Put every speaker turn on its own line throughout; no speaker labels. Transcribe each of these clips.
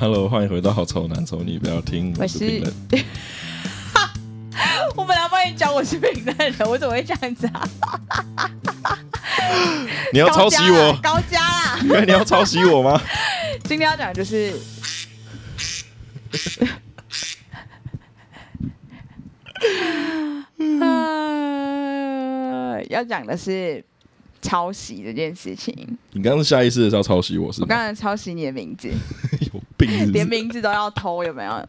Hello，欢迎回到好丑男丑女，不要听
我
是
是
评论。
我本来帮你讲我是平淡人，我怎么会这样子啊？
你要抄袭我？
高家啦！
因为你要抄袭我吗？
今天要讲的就是， 呃，要讲的是抄袭这件事情。
你刚刚是下意识的是要抄袭我是
我
吗？
刚才抄袭你的名 字，
有病是不
连
是？
名字都要偷，有没有？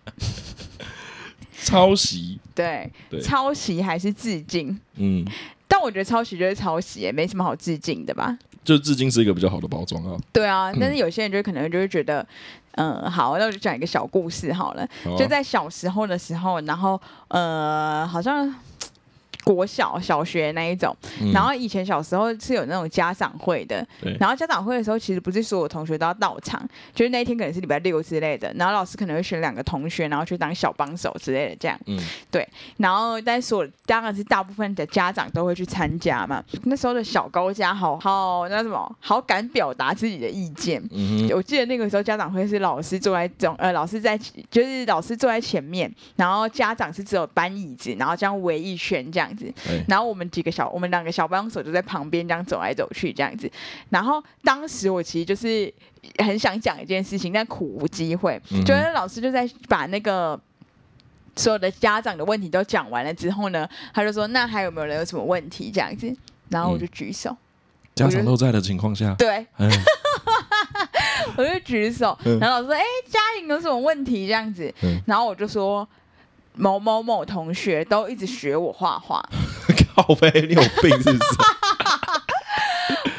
抄袭，
对，
对
抄袭还是致敬？
嗯，
但我觉得抄袭就是抄袭，没什么好致敬的吧？
就至今是一个比较好的包装啊。
对啊，但是有些人就可能就会觉得，嗯，好，那我就讲一个小故事好了。
好啊
就在小时候的时候，然后呃，好像国小、小学那一种，
嗯
然后以前小时候是有那种家长会的
对，
然后家长会的时候，其实不是所有同学都要到场，就是那一天可能是礼拜六之类的，然后老师可能会选两个同学，然后去当小帮手之类的这样。
嗯，
然后但是所当然是大部分的家长都会去参加嘛。那时候的小高家好好那什么，好敢表达自己的意见。
嗯哼，
我记得那个时候家长会是老师坐在中，呃，老师在就是老师坐在前面，然后家长是只有搬椅子，然后这样围一圈这样子，
哎，
然后我们几个小我们两个小帮手就在旁边这样走来走去这样子。然后当时我其实就是很想讲一件事情，但苦无机会，
嗯哼
觉得老师就在把那个。所有的家长的问题都讲完了之后呢，他就说：“那还有没有人有什么问题？”这样子，然后我就举
嗯
手，
家长都在的情况下，
对，
哎，
我就举手，
嗯
然后老师说：“哎、嘉颖有什么问题？”这样子，
嗯
然后我就说。某某某同学都一直学我画画，
靠背，你有病是 不是？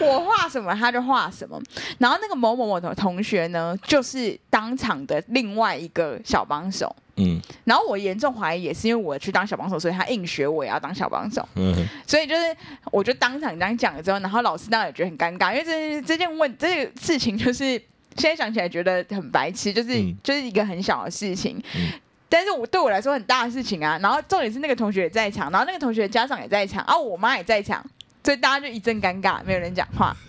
我画什么他就画什么。然后那个某某某的同学呢，就是当场的另外一个小帮手。
嗯
然后我严重怀疑也是因为我去当小帮手，所以他硬学我也要当小帮手。
嗯，
所以就是，我就当场这样讲了之后，然后老师当然也觉得很尴尬，因为这这件问这个事情就是现在想起来觉得很白痴，就是、
嗯
就是一个很小的事情。
嗯
但是我对我来说很大的事情啊，然后重点是那个同学也在场，然后那个同学的家长也在场，啊，我妈也在场，所以大家就一阵尴尬，没有人讲话。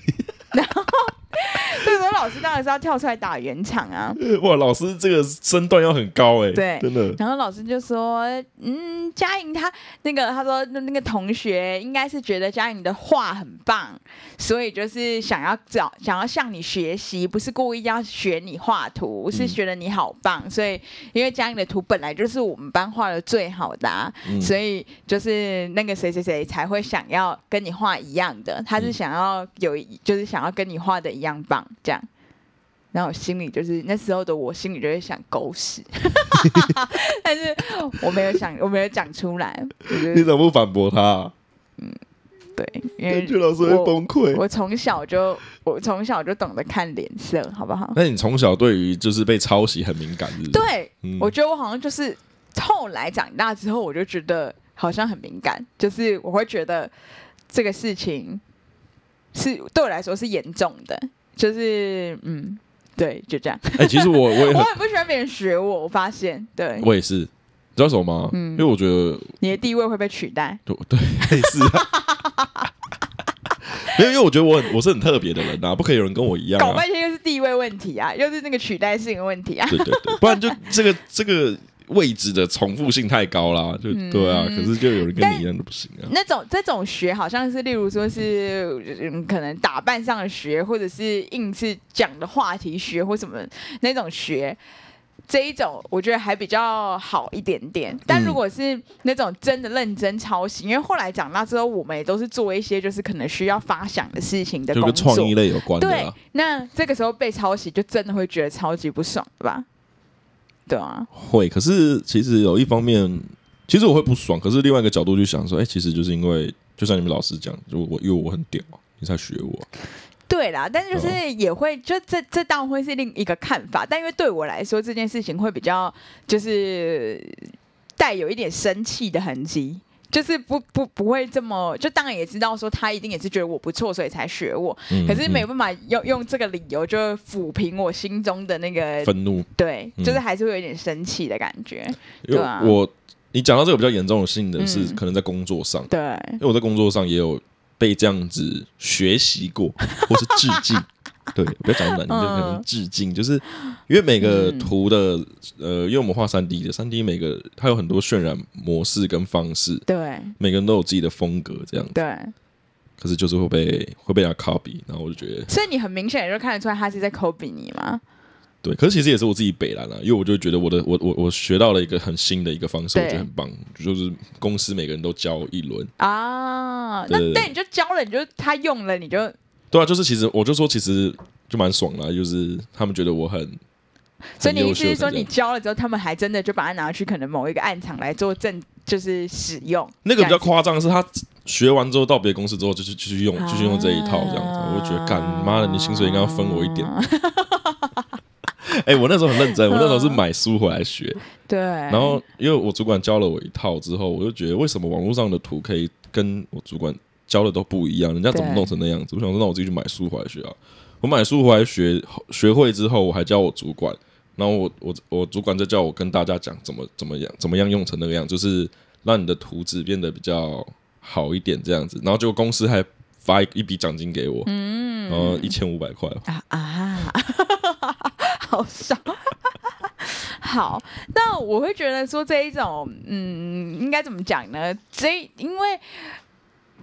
然后这时候老师当然是要跳出来打圆场啊，
哇，老师这个身段要很高哎，
对
真的，
然后老师就说：“嗯，嘉颖她那个，她说那那个同学应该是觉得嘉颖的画很棒，所以就是想要找想要向你学习，不是故意要学你画图，是
嗯
觉得你好棒。所以因为嘉颖的图本来就是我们班画的最好的、啊，
嗯
所以就是那个谁谁谁才会想要跟你画一样的，他是
嗯
想要有一就是想要跟你画的一样棒这样。然后我心里就是那时候的我心里就会想狗 屎，但是我没有想我没有讲出来，我就
你
是
怎么不反驳他啊？
对，因
感
为
觉老师会崩溃。
嗯我从小就我从小就懂得看脸色，好不好？
那你从小对于就是被抄袭很敏感，是不是？，
对，
嗯
我觉得我好像就是后来长大之后，我就觉得好像很敏感，就是我会觉得这个事情是对我来说是严重的，就是嗯，对，就这样。
哎、其实我我也
我
很，
很不喜欢别人学我，我发现，对，
我也是，你知道为什么吗？
嗯
因为我觉得
你的地位会被取代。
对 对类似、啊， 没有，因为我觉得我很我是很特别的人呐、啊，不可以有人跟我一样
搞
啊
半。天又是地位问题啊，又是那个取代性的问题啊。
对对对，不然就这个这个位置的重复性太高啦，就、
嗯
对啊。可是就有人跟你一样就不行啊。
那种这种学好像是，例如说是，嗯，可能打扮上的学，或者是硬是讲的话题学或什么那种学，这一种我觉得还比较好一点
嗯
点。但如果是那种真的认真抄袭，因为后来长大之后，我们也都是做一些就是可能需要发想的事情的
就
工
跟创
作
意。类有关的啊
对
啦，，
那这个时候被抄袭，就真的会觉得超级不爽，对吧？对啊，
会。可是其实有一方面，其实我会不爽。可是另外一个角度去想说，哎、其实就是因为，就像你们老师讲，就我因为我很屌啊、你才学我啊、
对啦，但是就
哦
是也会，就这这当然会是另一个看法，但因为对我来说这件事情会比较就是带有一点生气的痕迹。就是不不不会这么，就当然也知道说他一定也是觉得我不错，所以才学我。
嗯
可是没有
嗯
办法用用这个理由就抚平我心中的那个，
愤怒，
对，
嗯
就是还是会有点生气的感觉。
因为
对啊
我你讲到这个比较严重的性的是，
嗯
可能在工作上，
对，
因为我在工作上也有被这样子学习过，或是致敬。对，不要讲那么难听，就可能
嗯
致敬，就是因为每个
嗯
图的呃，因为我们画三 D 的，三 D 每个它有很多渲染模式跟方式，
对
每个人都有自己的风格这样，
对，
可是就是会被会被人家 copy，然后我就觉得
所以你很明显就看得出来他是在 copy 你嘛。
对，可是其实也是我自己北蓝啊了、因为我就觉得我的我我我学到了一个很新的一个方式，我
对
觉得很棒，就是公司每个人都教一轮，
啊，
对
那
对对
但你就教了，你就他用了，你就
对啊，就是其实我就说其实就蛮爽啦，就是他们觉得我很
所以你
很
意
优
思
秀
是
才这
说，你
样
教了之后，他们还真的就把它拿去可能某一个暗场来做正，就是使用。
那个比较
这样
夸张，的是他学完之后到别的公司之后，就去就去用
子
哦就去用这一套这样子，我就觉得干妈的，你薪水应该要分我一点。
啊
哎、我那时候很认真，我那时候
啊
是买书回来学，
对，
然后因为我主管教了我一套之后，我就觉得为什么网络上的图可以跟我主管教的都不一样，人家怎么
对
弄成那样子？我想说，那我自己去买书回来学啊。我买书回来学学会之后，我还教我主管，然后我我我主管再叫我跟大家讲怎么怎么样怎么样用成那个样，就是让你的图纸变得比较好一点这样子。然后结果公司还发一一笔奖金给我，嗯，然后一千五百块，
啊啊， 好爽。 好，那我会觉得说这一种，嗯，应该怎么讲呢？这一因为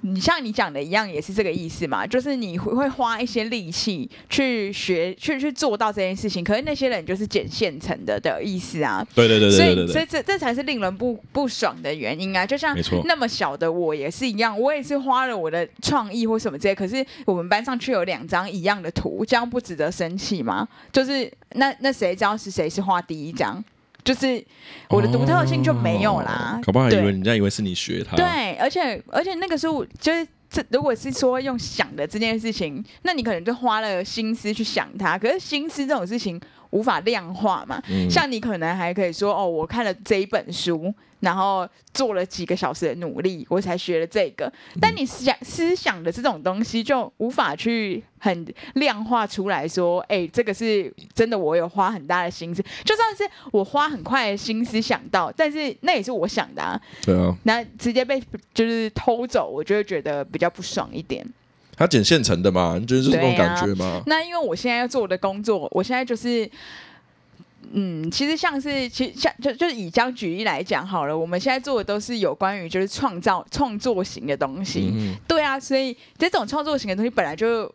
你像你讲的一样，也是这个意思嘛，就是你会会花一些力气去学，去去做到这件事情。可是那些人就是捡现成的的意思啊，
对对对
所
对
以
对
这
对，
这这才是令人不不爽的原因啊！就像
没错
那么小的我也是一样，我也是花了我的创意或什么之类，可是我们班上却有两张一样的图，这样不值得生气吗？就是那那谁知道是谁是画第一张？就是我的独特性就没有啦
哦，搞不好还以
对
为人家以为是你学他，
对，而且而且那个时候就是这，如果是说用想的这件事情，那你可能就花了心思去想它。可是心思这种事情无法量化嘛，
嗯
像你可能还可以说哦，我看了这一本书，然后做了几个小时的努力，我才学了这个。但你想思想的这种东西就无法去很量化出来说，哎、这个是真的，我有花很大的心思。就算是我花很快的心思想到，但是那也是我想的、啊。
对啊，
那直接被就是偷走，我就会觉得比较不爽一点。
他剪现成的嘛，你觉得就是那
啊
种感觉嘛？
那因为我现在要做的工作，我现在就是。嗯，其实像是，其实像就就以这样举例来讲好了，我们现在做的都是有关于就是创造创作型的东西，
嗯
对啊，所以这种创作型的东西本来就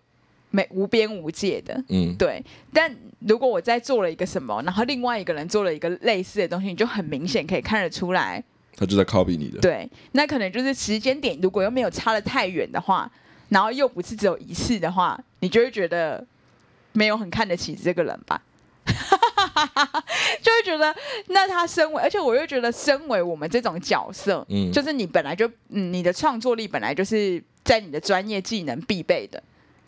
没无边无界的，
嗯，
对，但如果我在做了一个什么，然后另外一个人做了一个类似的东西，你就很明显可以看得出来，
他就在 copy 你的。
对，那可能就是时间点，如果又没有差的太远的话，然后又不是只有一次的话，你就会觉得没有很看得起这个人吧。 就会觉得，那他身为，而且我又觉得，身为我们这种角色，
嗯，
就是你本来就，嗯，你的创作力本来就是在你的专业技能必备的，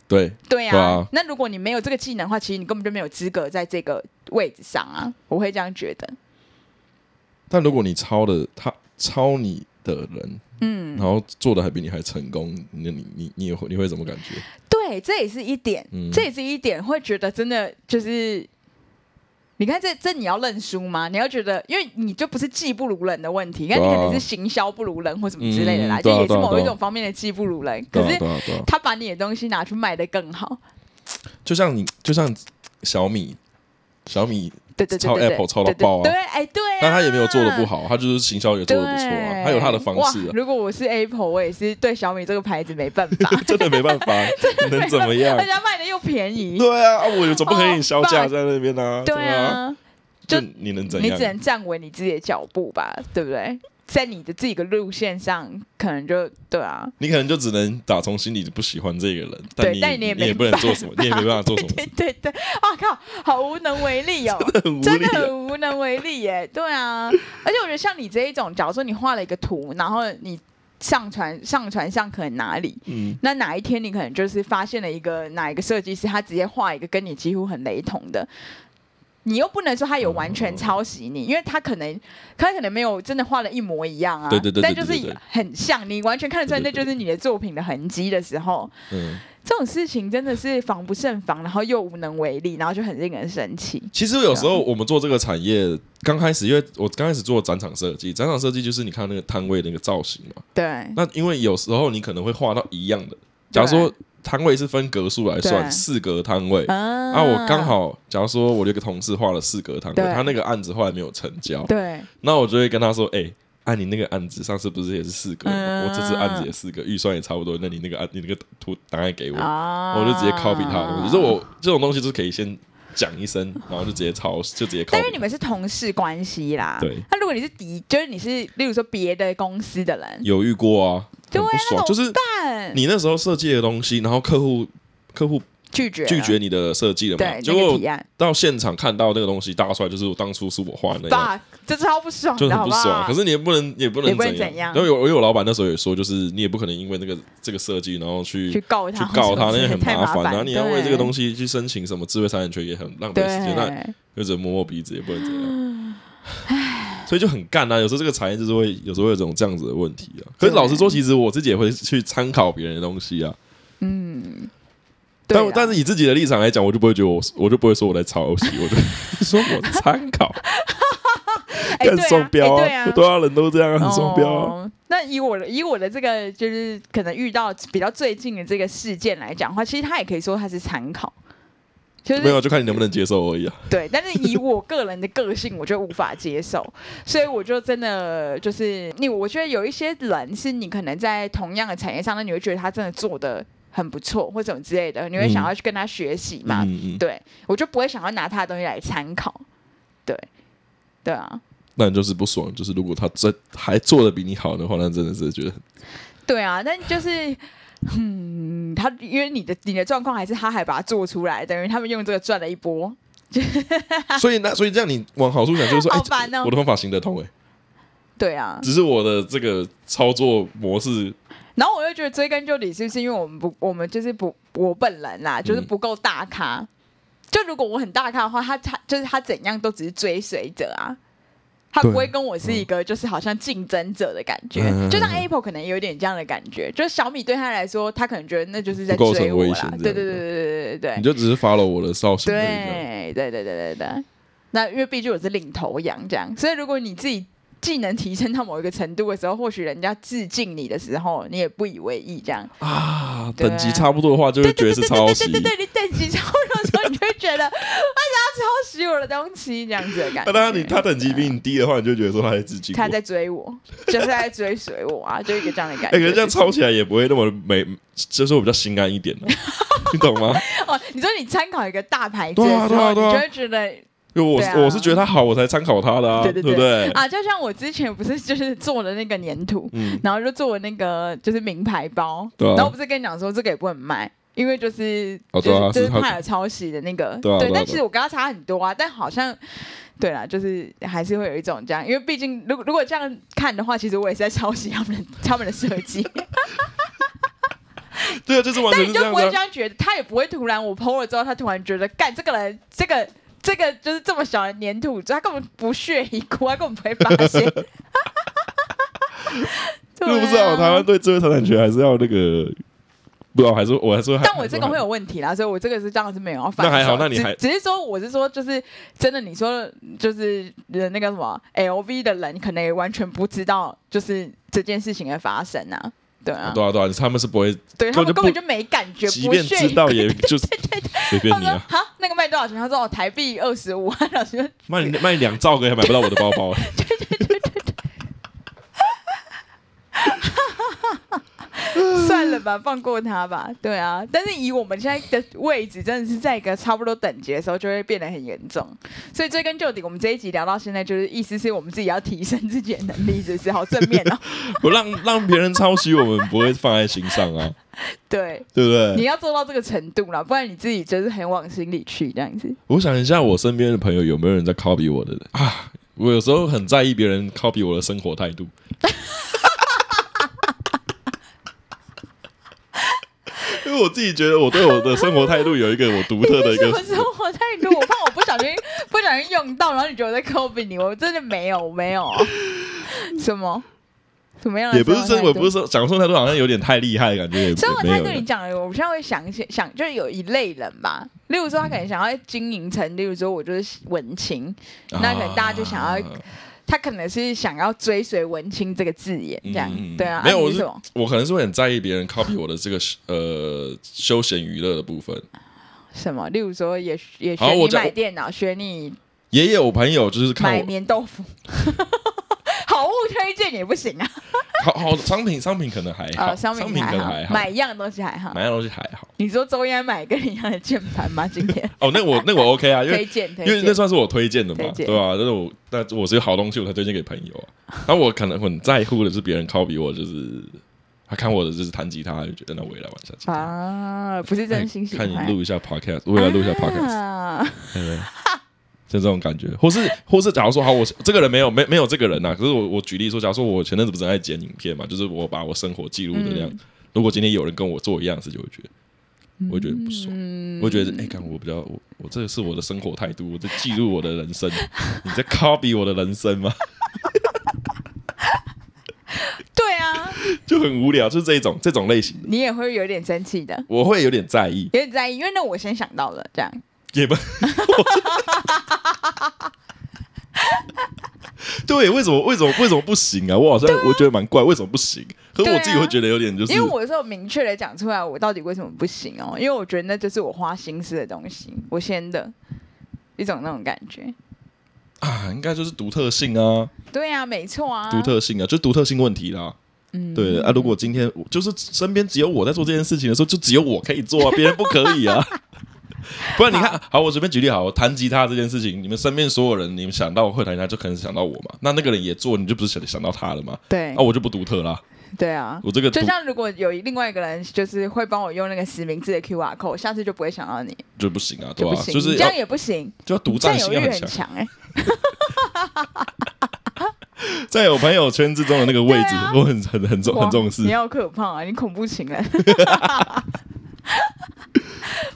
对，
对啊。
对啊
那如果你没有这个技能的话，其实你根本就没有资格在这个位置上啊，我会这样觉得。
但如果你抄的他抄你的人，嗯，然后做的还比你还成功，那你你你也会你会怎么感觉？
对，这也是一点，
嗯
这也是一点，会觉得真的就是，你看这这你要认输吗？你要觉得，因为你就不是技不如人的问题，你看你
对啊
可能是行销不如人或什么之类的啦，
嗯
就
对啊
也是
对啊
某一
对啊
种方面的技不如人，
对
可
啊
是
对啊对啊，
他把你的东西拿去卖的更好，
就像你就像小米小米，
对啊对对
抄
对对
Apple 抄到
对对
爆啊
对，哎对啊，
但他也没有做的不好，他就是行销也做
对，
的不错啊，他有他的方式
哇
啊，
如果我是 Apple，我也是对小米这个牌子没办法，
真的没办 法，你能怎么样
而？且它卖的又便宜，
对啊，啊我总不可以销价
哦
在那边啊，
对
啊，
啊。
就
就
你能怎
你
样
只？能站稳你自己的脚步吧，对不对？在你的自己的路线上，可能就对啊，
你可能就只能打从心里不喜欢这个人，
对
你
但你
你
也没
不能做什么，你也没办法做 什么
对对对，哇靠，好无能为力哦，
很无
真
力
的
啊。
很无能为力耶，对啊，而且我觉得像你这一种，假如说你画了一个图，然后你上传上传上可能哪里，
嗯，
那哪一天你可能就是发现了一个哪一个设计师，他直接画一个跟你几乎很雷同的，你又不能说他有完全抄袭你，因为他可能他可能没有真的画的一模一样啊，
对对对对
但就是
对对对
很像，你完全看得出来
对
那
对对
就是你的作品的痕迹的时候，
嗯，
这种事情真的是防不胜防，然后又无能为力，然后就很令人生气。
其实有时候我们做这个产业，刚开始因为我刚开始做展场设计，展场设计就是你看那个摊位那个造型嘛。
对
那因为有时候你可能会画到一样的，假如说摊位是分格数来算，
对
四格摊位。
啊
啊，我刚好，假如说我有一个同事画了四格摊位，
对
他那个案子后来没有成交，
对
那我就会跟他说，哎、按、你那个案子上次不是也是四格吗？
嗯
我这次案子也四个，预算也差不多。那你那个案，你那个图档案给我，
啊
我就直接 copy 他的东西。可是我这种东西就是可以先讲一声，然后就直接抄，就直接 copy。
但是你们是同事关系啦，
对。
那如果你是敌，就是你是，例如说别的公司的人，
有遇过啊，
对
很
啊
不爽，
那
就
怎
是
但
你那时候设计的东西，然后客户客户
拒绝了
拒绝你的设计了嘛？
啊对
结
那个
果
提案
到现场看到那个东西搭出来，就是我当初是我画的那样。
爸，这超不 爽
就
的，
很
好
不
好
爽，可是你也不能，也不能
也不能
怎
怎样
然后有，因为我老板那时候也说，就是你也不可能因为那个这个设计，然后去
去告
去
他，
告 他，那也
也
很麻
烦，
然后你要为这个东
西，
西去申请什么智慧财产权，也很浪费
对
时间。那就只能摸摸鼻子，也不能怎样。 所以就很干啊！有时候这个产业就是会，有时候会有这种这样子的问题啊。可是老实说，其实我自己也会去参考别人的东西啊。
嗯，对
但
啦
但是以自己的立场来讲，我就不会觉得我，我就不会说我在抄袭，我就 说我参考，
哎对
干
啊
双标
哎对啊，
对啊，人都 这样啊，很双标啊。
哦。那以我的以我的这个就是可能遇到比较最近的这个事件来讲的话，其实他也可以说他是参考，就
没
是
有，就看你能不能接受而已啊。
对，但是以我个人的个性，我就无法 接受，所以我就真的就是你，我觉得有一些人是你可能在同样的产业上，那你会觉得他真的做的很不错或什么之类的，你会想要去跟他学习嘛？
嗯嗯，
对我就不会想要拿他的东西来参考，对，对啊。
那你就是不爽，就是如果他真还做的比你好的话，那真的是觉得很
对啊，但就是， 嗯，他因为你的你的状况还是他还把它做出来，等于他们用这个赚了一波。
所以那所以这样你往好处想，就是说，哎、
好烦哦
我的方法行得通哎、
对啊，
只是我的这个操作模式，
然后我又觉得追根究底，是不是因为我们不，我们就是不，我本人
嗯
啦，就是不够大咖。就如果我很大咖的话，他他就是他怎样都只是追随者啊，他
对
不会跟我是一个就是好像竞争者的感觉。
嗯
就像 Apple 可能也有点这样的感觉，就是小米对他来说，他可能觉得那就是在
不构成
追我
威胁
啦。
这
对对
样
对对对对对对
你。就只是 follow 我的造型而已这样。
对对对对对对。那因为毕竟我是领头羊这样，所以如果你自己技能提升到某一个程度的时候，或许人家致敬你的时候，你也不以为意这样。
啊，
对
等级差不多的话，就会
对
觉
对
得
对
是
对
抄
对
袭
对。对对，你等级超的时候，你就会觉得为啥要抄袭我的东西这样子的感觉。
那当然，你他等级比你低的话，你就觉得说他在致敬我。
他在追我，就是在追随我啊，就一个这样的感
哎，
觉。
可是这样抄起来也不会那么美，就是我比较心安一点 的，你懂吗？
哦，你说你参考一个大牌子的
对
时
啊
候，
对啊对啊
你就会觉得
因为我是
对啊
我是觉得他好，我才参考他的啊，
对
对
对
不
对
对？
啊，就像我之前不是就是做了那个粘土，
嗯，
然后就做那个就是名牌包，
对啊
然后我不是跟你讲说这个也不能卖。因为就是、
哦
就
对啊
是就是
是他
怕有抄袭的那个，
对啊对啊对啊
但其实我跟他差很多啊，但好像对啦，就是还是会有一种这样，因为毕竟如果如果这样看的话，其实我也是在抄袭他们的他们的设计，
哦对啊，就是完
但
全
你
是
就
这样
不
子
会
啊
这。样觉得，他也不会突然我 PO 了之后，他突然觉得干这个人这个这个就是这么小的粘土，他根本不屑一顾，他根本不会发现。
这
对
个不知道
啊
台湾对智慧财产权还是要那个，不知道还是我还 是会
但我这个会
有
有问题啦，所以我这个是当然是没有要反
那还好
手
那你
只
还
只是说我是说就是真的，你说就是呃那个什么 LV 的人，可能也完全不知道就是这件事情的发生啊，对啊，
对啊对啊，他们是不会，
对他们根
根本
本
就
就没感觉，
即
不
便
屑
知。道也就是随便
他
你
说
啊，
哈，那个卖多少钱？他说哦，台币二十五。老师说
卖你卖两兆个也买不到我的包包。
算了吧，放过他吧。对啊，但是以我们现在的位置，真的是在一个差不多等级的时候，就会变得很严重。所以追根究底，我们这一集聊到现在，就是意思是我们自己要提升自己的能力，只是好正面 哦。
我让让别人抄袭，我们不会放在心上啊，
对，
对不对
你？要做到这个程度啦，不然你自己就是很往心里去这样子。
我想一下，我身边的朋友有没有人在 copy 我的啊？我有时候很在意别人 copy 我的生活态度，因为我自己觉得我对我的生活态度有一个我独特的一
这是
个
我 生活态度，我怕我不小心不小心用到，然后你觉得我在 copy 你，我真的没有我没有。什么？什么样的？
也不是
生
生，
活态
我
度
不是说讲生活态度好像有点太厉害，感觉也也
所以我
没
态
有
度你
了。
讲的，我现在会想一些想，就是有一类人吧，例如说他可能想要经营成，例如说我就是文青，那可能大家就想要
啊
他可能是想要追随文青这个字眼，这样、
嗯嗯嗯
对啊？
没有，
啊
我
你是
是
什么
我可能是会很在意别人 copy 我的这个呃休闲娱乐的部分。
什么？例如说也，也学
好我
你
讲
买电脑，学你
也有朋友就是看
买
我
棉豆 腐，好物推荐也不行啊。
好好商品，商品可能还哎好，
哦，商品
可
还
能
好
还，好，
买一样东西还好。
买的东西还好。
你说周烟买跟你一样的键盘吗？今天
哦，那我那我 OK 啊，因为
推荐推
因为那
荐。
算是我推荐的嘛对
推，荐
吧、但是我那我是有好东西，我才推荐给朋友啊。然后我可能很在乎的是别人 copy 我，就是他看我的就是弹吉他，就觉得那我也来玩一下吉他。
啊，不是真心喜
哎看
欢。
你录一下 podcast，我也来录一下 podcast，、
啊
对不对？就这种感觉，或是或是，假如说好，我这个人没有没没有这个人呐、啊可是我我举例说，假如说我前阵子不是很爱剪影片嘛，就是我把我生活记录的量，如果今天有人跟我做一样的事情，我会觉得我会觉得不爽，我会觉得哎，看、我比较我我这个是我的生活态度，我在记录我的人生， 你在 copy 我的人生吗？
对啊，
就很无聊，就是这一种这种类型的，
你也会有点生气的，
我会有点在意，
有点在意，因为那我先想到了，这样
也不， 对，为什么为什么为什么不行啊？我好像、我觉得蛮怪，为什么不行？可是我
对啊
自己会觉得有点就是，
因为我是有明确的讲出来，我到底为什么不行哦？因为我觉得那就是我花心思的东西，我先的一种那种感觉。
啊，应该就是独特性啊，
对啊，没错啊，
独、特性啊，就是独特性问题啦。
嗯
对啊，如果今天我就是身边只有我在做这件事情的时候，就只有我可以 做啊，别人不可以啊。不然你看，好，我随便举例好，我弹吉他这件事情，你们身边所有人，你们想到会弹吉他，就可能想到我嘛。那那个人也做，你就不是想想到他了吗？
对
啊，我就不独特啦。
对啊。
我这个独
就像如果有另外一个人，就是会帮我用那个实名制的 QR code，我下次就不会想到你，
就不行啊，对
就
吧、
不行，
就是
你这
要
样也不行，
就要独占
占有
性
欲
要很
很
强，
强哎、
在我朋友圈之中的那个位置，
对啊
我很很很重
哇
很重视
你。好可怕啊！你恐怖情人。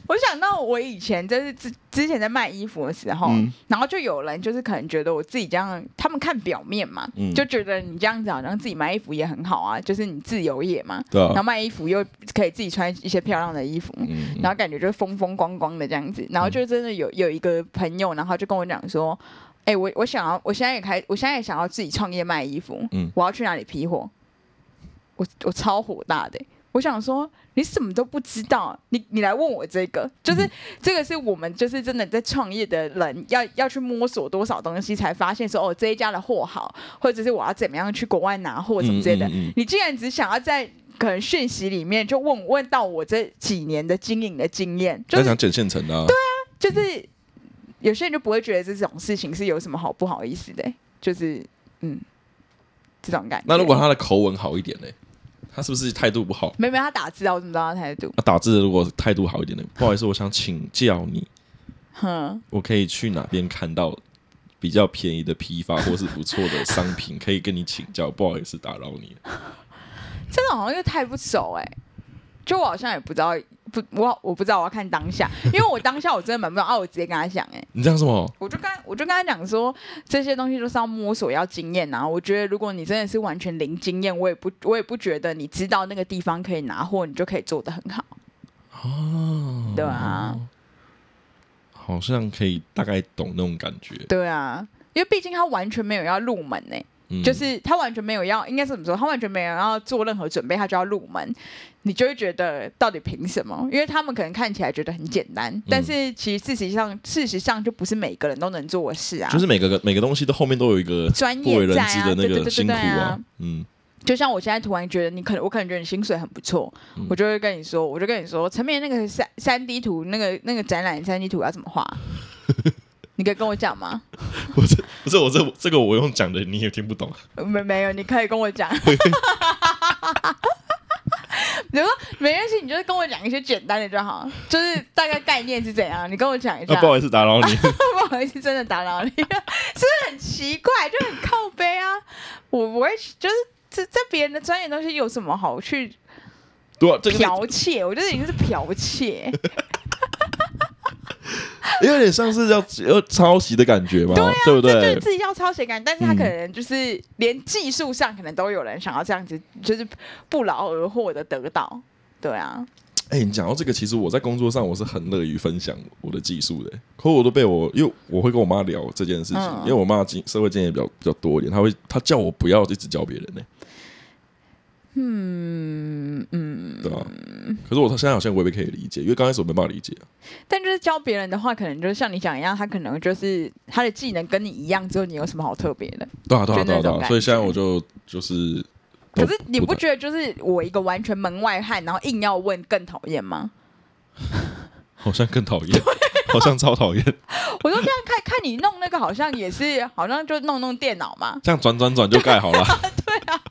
我想到我以前就是之之前在卖衣服的时候，
嗯
然后就有人就是可能觉得我自己这样，他们看表面嘛，
嗯
就觉得你这样子好像自己卖衣服也很好啊，就是你自由业嘛，
对
然后
啊，
卖衣服又可以自己穿一些漂亮的衣服，
嗯，
然后感觉就是风风光光的这样子，然后就真的有有一个朋友，然后就跟我讲说，哎、我我想要，我现在也开，我现在也想要自己创业卖衣服，
嗯
我要去哪里批货？我我超火大的欸、我想说你什么都不知道，你你来问我这个，
嗯
就是、这个是我们就是真的在创业的人要要去摸索多少东西，才发现说哦这一家的货好，或者是我要怎么样去国外拿货什么之类的，
嗯嗯嗯
你竟然只想要在可能讯息里面就问问到我这几年的经营的经验，就
在
是
想捡现成的、啊，对啊，
就是有些人就不会觉得这种事情是有什么好不好意思的、就是嗯这种感觉。
那如果他的口吻好一点呢？他是不是态度不好？
没有没有他打字啊，我怎么知道他态度？
那打字如果态度好一点呢？不好意思，我想请教你，
哼，
我可以去哪边看到比较便宜的批发或是不错的商品，可以跟你请教？不好意思，打扰你。
真的好像又太不熟哎、就我好像也不知道不我我不知道我要看当下，因为我当下我真的蛮不知道啊，我直接跟他讲哎、
你这样什么？
我就跟我就跟他讲说，这些东西都是要摸索，要经验啊。我觉得如果你真的是完全零经验，我也不我也不觉得你知道那个地方可以拿货，你就可以做得很好。
哦，
对啊，
好像可以大概懂那种感觉。
对啊，因为毕竟他完全没有要入门呢、
嗯
就是他完全没有要，应该是怎么说？他完全没有要做任何准备，他就要入门，你就会觉得到底凭什么？因为他们可能看起来觉得很简单，但是其实事实上，事实上就不是每个人都能做的事啊。
就是每个每个东西都后面都有一个
专
不为
业
人
在
知
啊，
的那
对对
个
对
辛
对
苦
对啊
啊，，嗯，
就像我现在突然觉得你可能，我可能觉得你薪水很不错，
嗯
我就会跟你说，我就跟你说，陈面那个三三 D 图，那个那个展览三 D 图要怎 么画？你可以跟我讲吗？
我这不是我这这个我用讲的你也听不懂，
没没有，你可以跟 我讲。比如说没关系，你就是跟我讲一些简单的就好，就是大概概念是怎样，你跟我讲一下。
啊，不好意思打扰你，
不好意思，真的打扰你，是不是很奇怪，就很靠背啊？我不会，就是这这别人的专业东西有什么好去
对啊，这个
剽窃，我觉得已经是剽窃。
有点像是要要抄袭的感觉嘛，对不
啊这就是
对？
自己要抄写感，但是他可能就是连技术上可能都有人想要这样子，就是不劳而获的得到。对啊，
哎、你讲到这个，其实我在工作上我是很乐于分享我的技术的、可我都被我，因为我会跟我妈聊这件事情，
嗯
因为我妈经社会经验比较比较多一点，她会她叫我不要一直教别人呢、
嗯嗯，
对吧、啊可是我现在好像我也可以理解，因为刚开始我没办法理解、啊，
但就是教别人的话，可能就是像你讲一样，他可能就是他的技能跟你一样，之后你有什么好特别的？
对啊对啊
就那
对啊对
种
啊，
感
所以现在
觉
我就就是都，
可是你不
太
觉得就是我一个完全门外汉，然后硬要问更讨厌吗？
好像更讨 厌，好像超讨厌，
我说现在看看你弄那个，好像也是，好像就弄弄电脑嘛，
这样转转转就盖好了。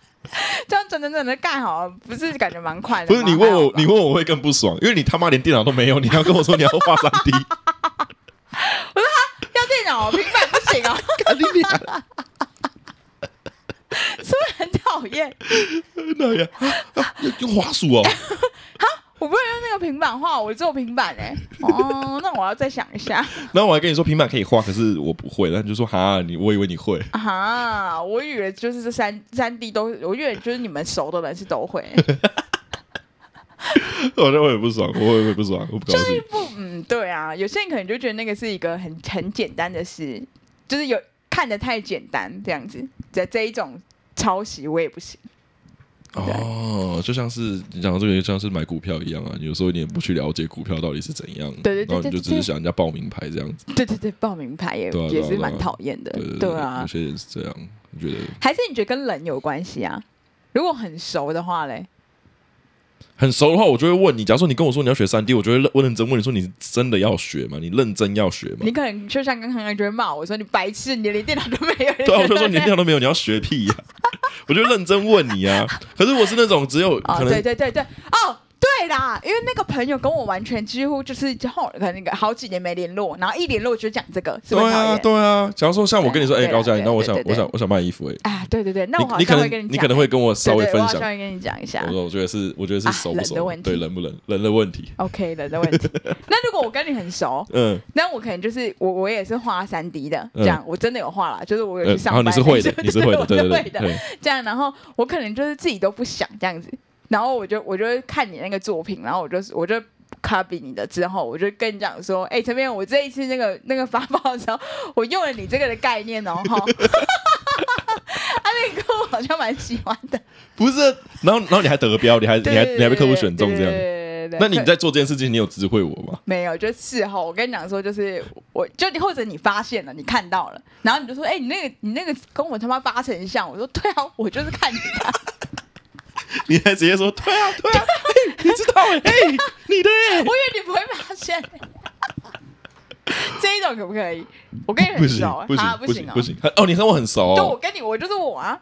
这样整整整的盖好，不是感觉蛮快的
不
吗？
是你问
还好
我，
吧
你问我会更不爽，因为你他妈连电脑都没有，你要跟我说你要画三 D，
要电脑平板不行哦，
干你娘！
是不 是很讨厌？
那样、 啊要用滑鼠哦，
我不会用那个平板画，我只有平板 哎、哦，那我要再想一下
然后我还跟你说平板可以画，可是我不会，然后你就说哈，你我以为你会，
啊！我以为就是这三三 D 都，我以为就是你们熟的人是都 会，
我认为很不爽，我会不爽，我不高兴。
不，嗯，对啊，有些人可能就觉得那个是一个很很简单的事，就是有看得太简单这样子，在这一种抄袭我也不行。
哦，就像是你讲到这个，就像是买股票一样啊，有时候你也不去了解股票到底是怎样，
对对对
然后你就只是想人家报名牌这样子，
对对对，报名牌也、
对啊对啊
也是蛮讨厌的，
对对
啊
有。些人是这样，你觉得
还是你觉得跟人有关系啊？如果很熟的话嘞，
很熟的话，我就会问你，假如说你跟我说你要学三 D，我就会认我认真问你说你真的要学吗？你认真要学 吗
你？可能就像刚刚就会骂我说你白痴，你连电脑都没有。
对啊，我就说你连料都没有，你要学屁呀、 我就认真问你啊。可是我是那种只有
哦，
可能
对对对对，哦，对啦，因为那个朋友跟我完全几乎就是后可能那个好几年没联络，然后一联络我就讲这个，是不是
对
很讨
啊，
厌？
对啊。假如说像我跟你说，
对
哎、
啊
高佳，你
对啊
那我
对
想
对，对
我想，我想卖衣服、哎，
啊，对对对，那我好
你你可
像会
能
跟
你
讲，
可能会跟我
对
稍微
对
分
我好
享
像。会跟你讲一下
我。说，我觉得是，我觉得是
啊
熟不
冷的
熟，
问题
对，冷不冷，冷的问题。
OK 的，没问 题。那如果我跟你很熟，
嗯，
那我可能就是我，我也是画三 D 的，
嗯
这样我真的有画啦，就是我有
嗯
去上
然后
班。，
你是会的
对
你是会的，对
对
对
我是会
对
的
对。
这样，然后我可能就是自己都不想这样子，然后我就我就会看你那个作品，然后我就我就 copy 你的之后，我就跟你讲说，哎、陈明，我这一次那个那个发报的时候，我用了你这个的概念哦，哈，啊，那个我好像蛮喜欢的，
不是，然后然后你还得标，你还你还你还被客户选中这样。
样
那你在做这件事情，你有知会我吗？
没有，就事后我跟你讲说，就是我就你或者你发现了，你看到了，然后你就说，哎、你那个你那个跟我他妈八成像。我说对啊，我就是看你的。
你还直接说对啊对啊， 嘿你知道哎，嘿你的哎
我以为你不会发现。这一种可不可以？我跟你
不
很
行
熟，
不
啊
行
不
不行
哦，
不行！哦，你跟我很熟
就我
哦，
跟你，我就是我啊。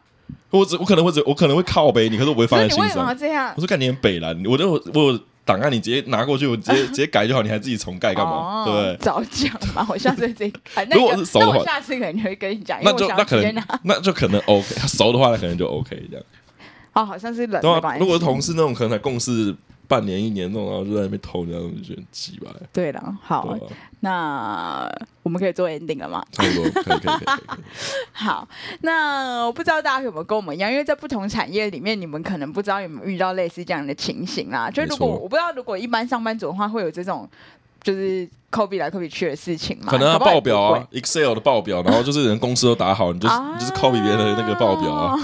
我只我可能会只我可能会靠背你，可是我不会放
所以
在
你
心
为什么要
上。
这样
我？说干你很北蓝，我就我有档案你直接拿过去，我 直接直接改就好，你还自己重盖干
哦
嘛？对不对？
早讲嘛，我下次这一啊那
如果
就是
熟的
那我
话
下次可能就会跟你讲，因
那
哎为我
就
想
那
要啊
可
直接
能
拿。
那就可能 OK，熟的话那可能就 OK 这样。
哦，好像是冷
对
的
啊
关，系。
如果是同事那种可能才共事半年一年那种，然后就在那边偷，这样就觉得很鸡巴。
对了，好
对，吧？
那我们可以做 ending 了吗？
差不多可以可以可以可 以可以。
好，那我不知道大家有没有跟我们一样，因为在不同产业里面，你们可能不知道有没有遇到类似这样的情形啦。就如果
没错
我不知道，如果一般上班族的话，会有这种就是抠鼻来抠鼻去的事情吗？
可能啊
搞不好
报
也
表
不会
啊。，Excel 的报表，然后就是人公司都打好，你就是
啊
你就是 copy 别人的那个报表啊。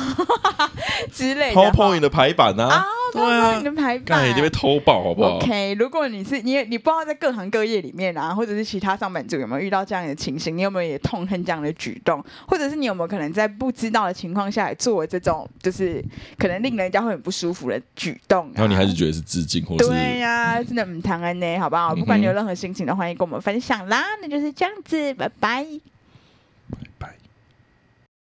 之类的哦
PowerPoint 的排版啊，对
，PowerPoint
啊，
的排
干
版
你这边偷爆好不好？
OK，如果你是你也你不知道在各行各业里面啊，或者是其他上班族有没有遇到这样的情形，你有没有也痛恨这样的举动，或者是你有没有可能在不知道的情况下也做了这种就是可能令人家会很不舒服的举动、啊，
然后哦你还是觉得是致敬，或是
对啊呀、真啊
嗯
的很唐安呢，好不好？不管你有任何心情的，欢迎跟我们分享啦。那就是这样子，拜拜。